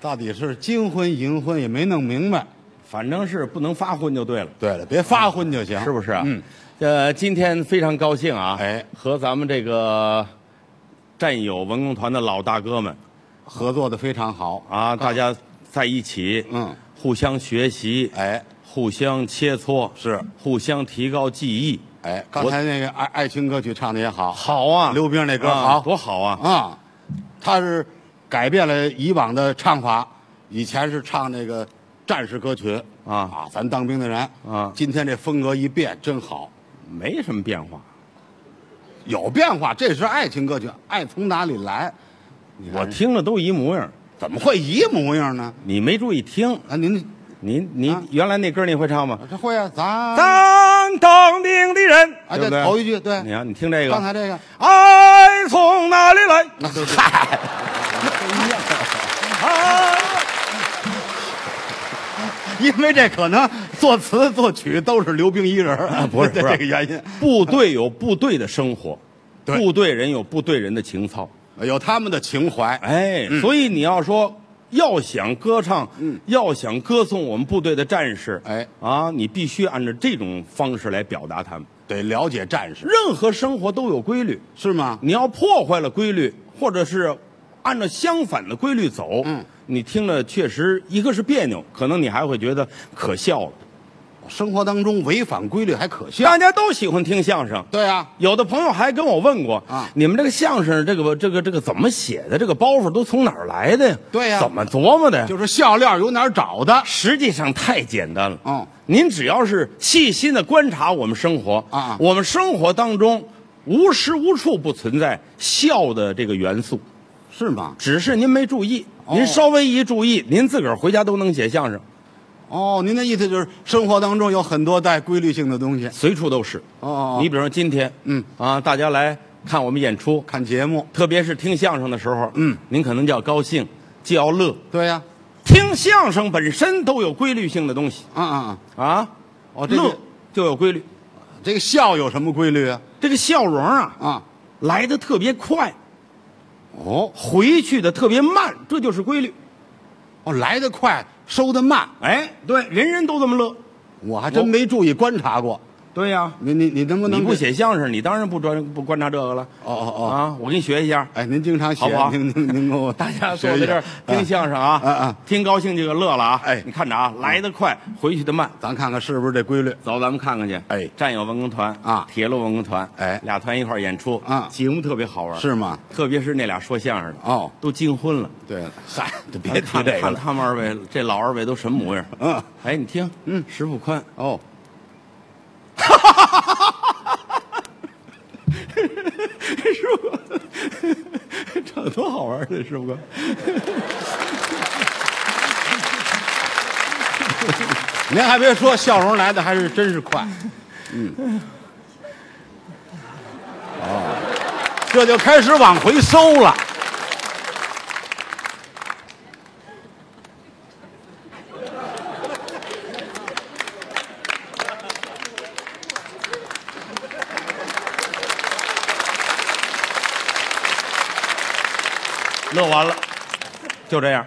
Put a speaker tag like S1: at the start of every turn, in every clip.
S1: 到底是金婚银婚也没弄明白。
S2: 反正是不能发昏就对了，嗯
S1: 对了，别发昏就行，
S2: 是不是？
S1: 嗯，，
S2: 呃，今天非常高兴啊，
S1: 哎
S2: 和咱们这个战友文工团的老大哥们
S1: 合作的非常好。
S2: 啊，大家在一起，
S1: 嗯，
S2: 互相学习，
S1: 哎
S2: 互相切磋，
S1: 是
S2: 互相提高技艺，
S1: 哎，刚才那个爱爱情歌曲唱的也好，
S2: 好啊，
S1: 溜冰那歌
S2: 啊
S1: 好
S2: 多好啊！
S1: 啊，他是改变了以往的唱法，以前是唱那个战士歌曲
S2: 啊
S1: 咱当兵的人
S2: 啊
S1: 今天这风格一变真好，
S2: 没什么变化，
S1: 有变化，这是爱情歌曲，爱从哪里来？你看
S2: 我听着都一模样儿，
S1: 怎么会一模样呢？
S2: 你没注意听，
S1: 啊，您
S2: 你你
S1: 啊
S2: 原来那歌你会唱吗？
S1: 这会啊，咱
S2: 当当兵的人，
S1: 啊，
S2: 对
S1: 这
S2: 不对？
S1: 头一句对
S2: 你，看，你听这个，
S1: 刚才这个，
S2: 爱哎从哪里来？
S1: 嗨，
S2: 啊
S1: 因为这可能作词作曲都是刘冰一人儿，
S2: 啊不 是
S1: 这
S2: 不是
S1: 这个原因。
S2: 部队有部队的生活，
S1: 对
S2: 部队人有部队人的情操。
S1: 有他们的情怀，
S2: 哎，所以你要说要想歌唱，要想歌颂我们部队的战士，
S1: 哎
S2: 啊，你必须按照这种方式来表达他们。
S1: 得了解战士，
S2: 任何生活都有规律，
S1: 是吗？
S2: 你要破坏了规律，或者是按照相反的规律走，
S1: 嗯，
S2: 你听了确实一个是别扭，可能你还会觉得可笑了。
S1: 生活当中违反规律还可笑。
S2: 大家都喜欢听相声，
S1: 对啊，
S2: 有的朋友还跟我问过
S1: 啊
S2: 你们这个相声这个这个这个怎么写的？这个包袱都从哪儿来的呀？
S1: 对呀
S2: 怎么琢磨的呀？
S1: 就是笑料有哪儿找的？
S2: 实际上太简单了。
S1: 嗯
S2: 您只要是细心的观察我们生活
S1: 啊
S2: 我们生活当中无时无处不存在笑的这个元素，
S1: 是吗？
S2: 只是您没注意。
S1: 哦
S2: 您稍微一注意，您自个儿回家都能写相声，
S1: 哦，您的意思就是生活当中有很多带规律性的东西。
S2: 随处都是。
S1: 哦
S2: 你
S1: 你
S2: 比如说今天，
S1: 嗯
S2: 啊，大家来看我们演出，
S1: 看节目，
S2: 特别是听相声的时候，
S1: 嗯，
S2: 您可能就要高兴，就要乐。
S1: 对啊呀、
S2: 听相声本身都有规律性的东西
S1: 啊，啊啊，
S2: 啊，
S1: 哦这个
S2: 乐就有规律。
S1: 这个笑有什么规律啊？
S2: 这个笑容啊，
S1: 啊，
S2: 来的特别快，
S1: 哦
S2: 回去的特别慢，这就是规律。
S1: 哦，来得快，收得慢，
S2: 哎，对，人人都这么乐。
S1: 我还真没注意观察过。
S2: 对呀、
S1: 你你你能不能
S2: 哦你不
S1: 这？
S2: 写相声，你当然不专不观察这个了。
S1: 哦哦哦
S2: 啊，我给你学一下。
S1: 哎，您经常写，
S2: 好不好
S1: 您您您给我
S2: 大家哎坐
S1: 学一下
S2: 在这儿听
S1: 啊
S2: 相声啊，
S1: 嗯嗯
S2: 听高兴就给乐了啊。
S1: 哎
S2: 你看着啊，来的快，回去的慢。
S1: 咱看看是不是这规律？
S2: 走，咱们看看去。
S1: 哎
S2: 战友文工团
S1: 啊
S2: 铁路文工团，
S1: 哎
S2: 俩团一块儿演出
S1: 啊
S2: 节目特别好玩，
S1: 是吗？
S2: 特别是那俩说相声的，
S1: 哦，
S2: 都金婚了。
S1: 对了，嗨，就
S2: 咱
S1: 别提
S2: 看
S1: 这个
S2: 看
S1: 了。
S2: 他们二位，这老二位都什么模样？
S1: 嗯，
S2: 哎，你听，嗯，石富 宽，
S1: 哦，
S2: 师傅，长得多好玩儿的师傅 哥。
S1: 您还别说，笑容来的还是真是 快。嗯，哦，这就开始往回收了。
S2: 乐完了，就这样。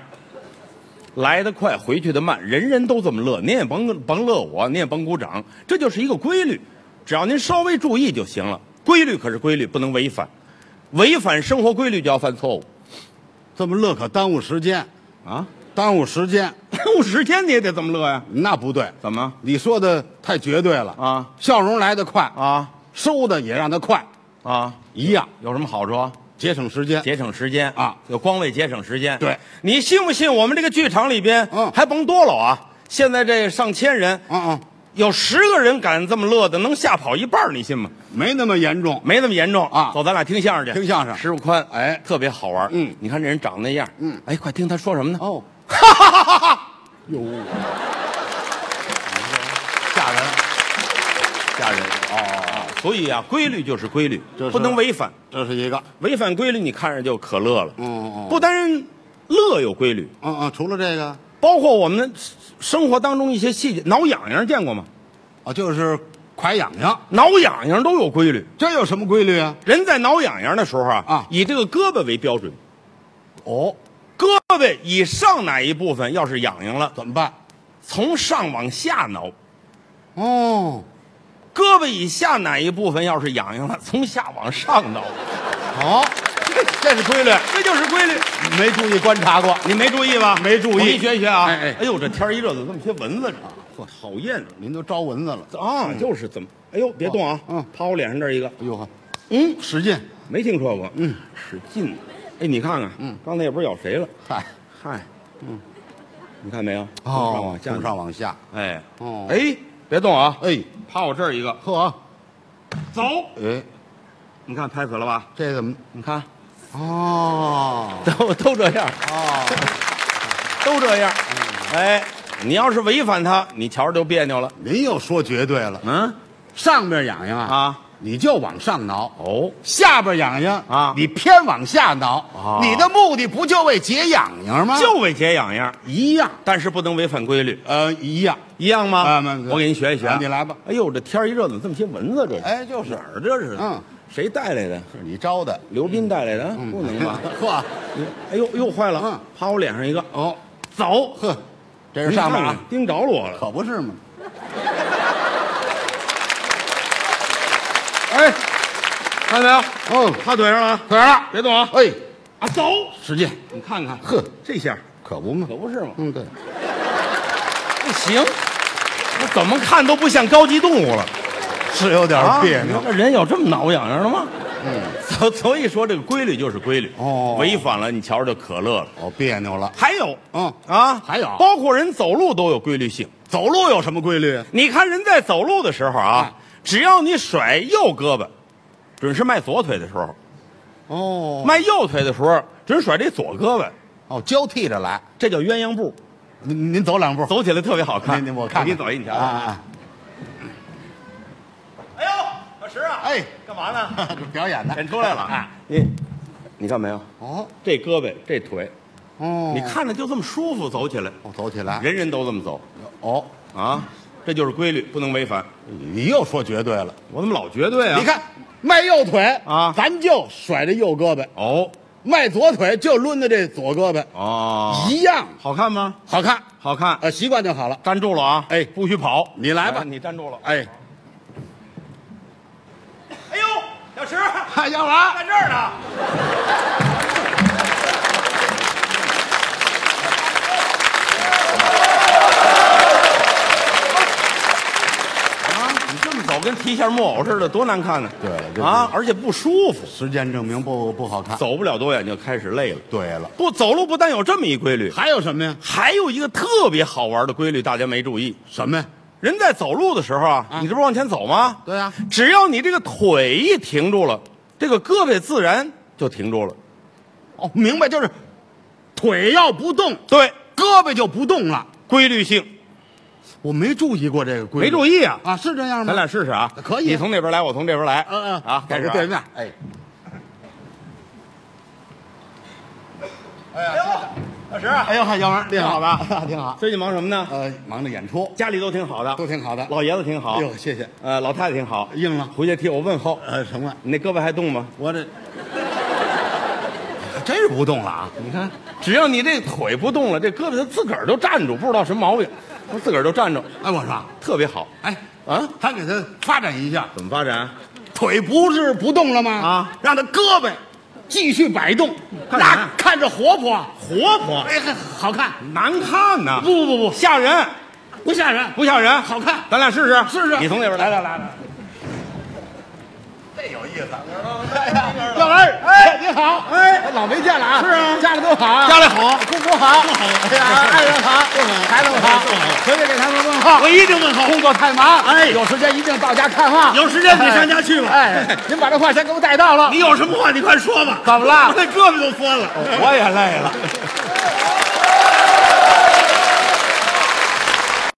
S2: 来得快，回去的慢，人人都这么乐。您也甭甭乐我，您也甭鼓掌，这就是一个规律。只要您稍微注意就行了。规律可是规律，不能违反，违反生活规律就要犯错误
S1: 这么乐可耽误时间，
S2: 啊！
S1: 耽误时间，
S2: 耽误时间你也得这么乐呀、
S1: 那不对。
S2: 怎么
S1: 你说的太绝对了
S2: 啊！
S1: 笑容来的快，
S2: 啊
S1: 收的也让它快，
S2: 啊？
S1: 一样
S2: 有什么好处啊？
S1: 节省时间。
S2: 节省时间
S1: 啊，
S2: 就光为节省时间。
S1: 对，
S2: 你信不信我们这个剧场里边，
S1: 嗯
S2: 还甭多了啊，现在这上千人，
S1: 嗯嗯，
S2: 有十个人敢这么乐的，能吓跑一半儿，你信吗？
S1: 没那么严重。
S2: 没那么严重
S1: 啊
S2: 走，咱俩听相声去。
S1: 听相声
S2: 石富宽，
S1: 哎
S2: 特别好玩。
S1: 嗯，
S2: 你看这人长那样，嗯，哎，快听他说什么呢？
S1: 哦，哈哈哈哈！ 哟，吓人，
S2: 吓人哦。所以啊，规律就是规律
S1: 这，是
S2: 不能违反，
S1: 这是一个。哦
S2: 违反规律你看着就可乐了。
S1: 嗯嗯
S2: 不单乐有规律，
S1: 嗯嗯，除了这个
S2: 包括我们生活当中一些细节，挠痒痒见过吗？
S1: 啊，就是快痒痒，
S2: 挠痒痒都有规律。
S1: 这有什么规律啊？
S2: 人在挠痒痒的时候啊，
S1: 啊
S2: 以这个胳膊为标准，
S1: 哦，
S2: 胳各位，以上哪一部分要是痒痒了，
S1: 怎么办？
S2: 从上往下挠；
S1: 哦，
S2: 胳膊以下哪一部分要是痒痒了， 从下往上挠。
S1: 好，这是规律，
S2: 这就是规律，
S1: 没注意观察过。
S2: 你没注意吧？
S1: 没注意
S2: 我给你学一学啊！
S1: 哎哎
S2: 呦，这天儿一热，怎么那么些蚊子呢？呵，讨厌
S1: 您都招蚊子了，
S2: 啊！就是怎么？哎呦，别动啊！
S1: 嗯，
S2: 趴我脸上这儿一个，
S1: 哎呦呵，
S2: 嗯，
S1: 使劲，
S2: 没听说过，嗯，使劲。哎，你看看，嗯，刚才也不知道咬谁了，
S1: 嗨，
S2: 嗨，嗯，你看没有？
S1: 哦，从
S2: 从上
S1: 上
S2: 往
S1: 往下，
S2: 下，哎，
S1: 哦
S2: 哎，别动啊！
S1: 哎，啊
S2: 趴我这儿一个，
S1: 呵，
S2: 走。
S1: 哎，
S2: 你看拍死了吧？
S1: 这怎么？
S2: 你看，
S1: 哦，
S2: 都都这样，
S1: 哦，
S2: 都这样。哎，你要是违反它，你瞧着就别扭了。
S1: 您又说绝对了，
S2: 嗯
S1: 上边痒痒啊，
S2: 啊，
S1: 你就往上挠。
S2: 哦，
S1: 下边痒痒
S2: 啊
S1: 你偏往下挠，
S2: 哦
S1: 你的目的不就为解痒痒吗？
S2: 就为解痒痒，
S1: 一样，
S2: 但是不能违反规律，
S1: 呃，一样。
S2: 一样吗？
S1: 啊那
S2: 我给您学一学啊，
S1: 啊你来吧
S2: 哎呦，这天儿一热，怎么这么些蚊子？这是
S1: 哎就是
S2: 哪儿这是？
S1: 嗯，
S2: 谁带来的？
S1: 你招的，
S2: 刘斌带来的？啊不能吧？
S1: 嗯 呵，
S2: 你哎呦，又坏了，
S1: 嗯
S2: 趴我脸上一个，
S1: 哦，
S2: 走。
S1: 呵，这是上面
S2: 你看
S1: 啊
S2: 看，盯着我了。
S1: 可不是嘛。
S2: 哎，看到没有？
S1: 哦，
S2: 趴腿上了啊，
S1: 可了，
S2: 别动啊！
S1: 哎，
S2: 啊，走！
S1: 使劲，
S2: 你看看，
S1: 呵，
S2: 这下
S1: 可不嘛
S2: 可。不是吗？
S1: 嗯，对，
S2: 不行，我怎么看都不像高级动物了。
S1: 是有点别
S2: 啊你
S1: 扭
S2: 说。这人有这么挠痒痒的吗？嗯，所所以说这个规律就是规律。
S1: 哦
S2: 违反了你瞧着就可乐了。
S1: 哦，别扭了。
S2: 还有，
S1: 嗯
S2: 啊，
S1: 还有
S2: 包括人走路都有规律性。
S1: 走路有什么规律？啊
S2: 你看人在走路的时候啊，只要你甩右胳膊，准是迈左腿的时候；
S1: 哦，
S2: 迈右腿的时候，准甩这左胳膊，
S1: 哦，交替着来。
S2: 这叫鸳鸯步，
S1: 您您走两步，
S2: 走起来特别好看。
S1: 您您我啊看看，
S2: 给你走一条。
S1: 啊啊！
S2: 哎呦，小石啊，
S1: 哎，
S2: 干嘛呢？
S1: 啊表演的
S2: 演出来了啊！你你看没有？
S1: 哦
S2: 这胳膊，这腿，
S1: 哦，
S2: 你看着就这么舒服，走起来，
S1: 哦，走起来。
S2: 人人都这么走
S1: 哦，
S2: 啊，这就是规律，不能违反。
S1: 你又说绝对了。
S2: 我怎么老绝对啊？
S1: 你看，迈右腿
S2: 啊
S1: 咱就甩这右胳膊；
S2: 哦
S1: 迈左腿就抡着这左胳膊，
S2: 哦，
S1: 一样
S2: 好看吗？
S1: 好看。
S2: 好看。
S1: 呃，习惯就好了。
S2: 站住了啊！
S1: 哎
S2: 不许跑，
S1: 你来吧
S2: 哎你站住了。
S1: 哎，
S2: 哎呦，小石
S1: 哎，要来，
S2: 在这儿呢。啊你这么走跟提线木偶似的，多难看呢！
S1: 对了就是
S2: 啊，而且不舒服，
S1: 时间证明不不好看。
S2: 走不了多远就开始累了。
S1: 对了，
S2: 不走路不但有这么一规律，
S1: 还有什么呀？
S2: 还有一个特别好玩的规律，大家没注意。
S1: 什么呀？
S2: 人在走路的时候啊，你这不是往前走吗？
S1: 对啊
S2: 只要你这个腿一停住了，这个胳膊自然就停住了。
S1: 哦，明白，就是腿要不动，
S2: 对，
S1: 胳膊就不动了。
S2: 规律性，
S1: 我没注意过这个规
S2: 没
S1: 律，
S2: 注意啊。
S1: 啊，是这样吗？
S2: 咱俩试试啊，
S1: 可以
S2: 你从那边来，我从这边来。
S1: 嗯嗯
S2: 啊，开始啊
S1: 走对面，哎，
S2: 哎老师啊，
S1: 哎呦，嗨，姚文，挺好
S2: 好
S1: 的，挺好。
S2: 最近忙什么呢？
S1: 呃，忙着演出，
S2: 家里都挺好的，
S1: 都挺好的。
S2: 老爷子挺好
S1: 哎，呦，谢谢。
S2: 呃，老太太挺好，
S1: 硬了
S2: 回去替我问候。
S1: 呃，成了，
S2: 你那胳膊还动吗？
S1: 我这真是不动了啊！你看，
S2: 只要你这腿不动了，这胳膊它自个儿就站住，不知道什么毛病，它自个儿就站住，
S1: 哎，我说，
S2: 特别好。
S1: 哎，
S2: 啊，
S1: 咱给他发展一下，
S2: 怎么发展？
S1: 腿不是不动了吗？
S2: 啊，
S1: 让他胳膊继续摆动，
S2: 干啥
S1: 那
S2: 呀
S1: 看着活泼，
S2: 活泼，
S1: 哎，还好看。
S2: 难看呐，
S1: 不不不
S2: 吓人，
S1: 不，不吓人，
S2: 不吓人，
S1: 好看
S2: 咱俩试试，
S1: 试试
S2: 你从那边来，来来来，
S1: 要来，哎，你好，哎，老没见了啊，
S2: 是啊
S1: 家里都好啊，
S2: 家里好，
S1: 公婆好，哎呀，爱人好，孩子们好，回去给他们问候。
S2: 我一定问好。
S1: 工作太忙，哎，有时间一定到家看望。
S2: 有时间你上家去吧
S1: 哎，哎您把这话先给我带到了。
S2: 有什么话你快说吧。
S1: 怎么了？哦
S2: 胳膊都酸了，我也累了。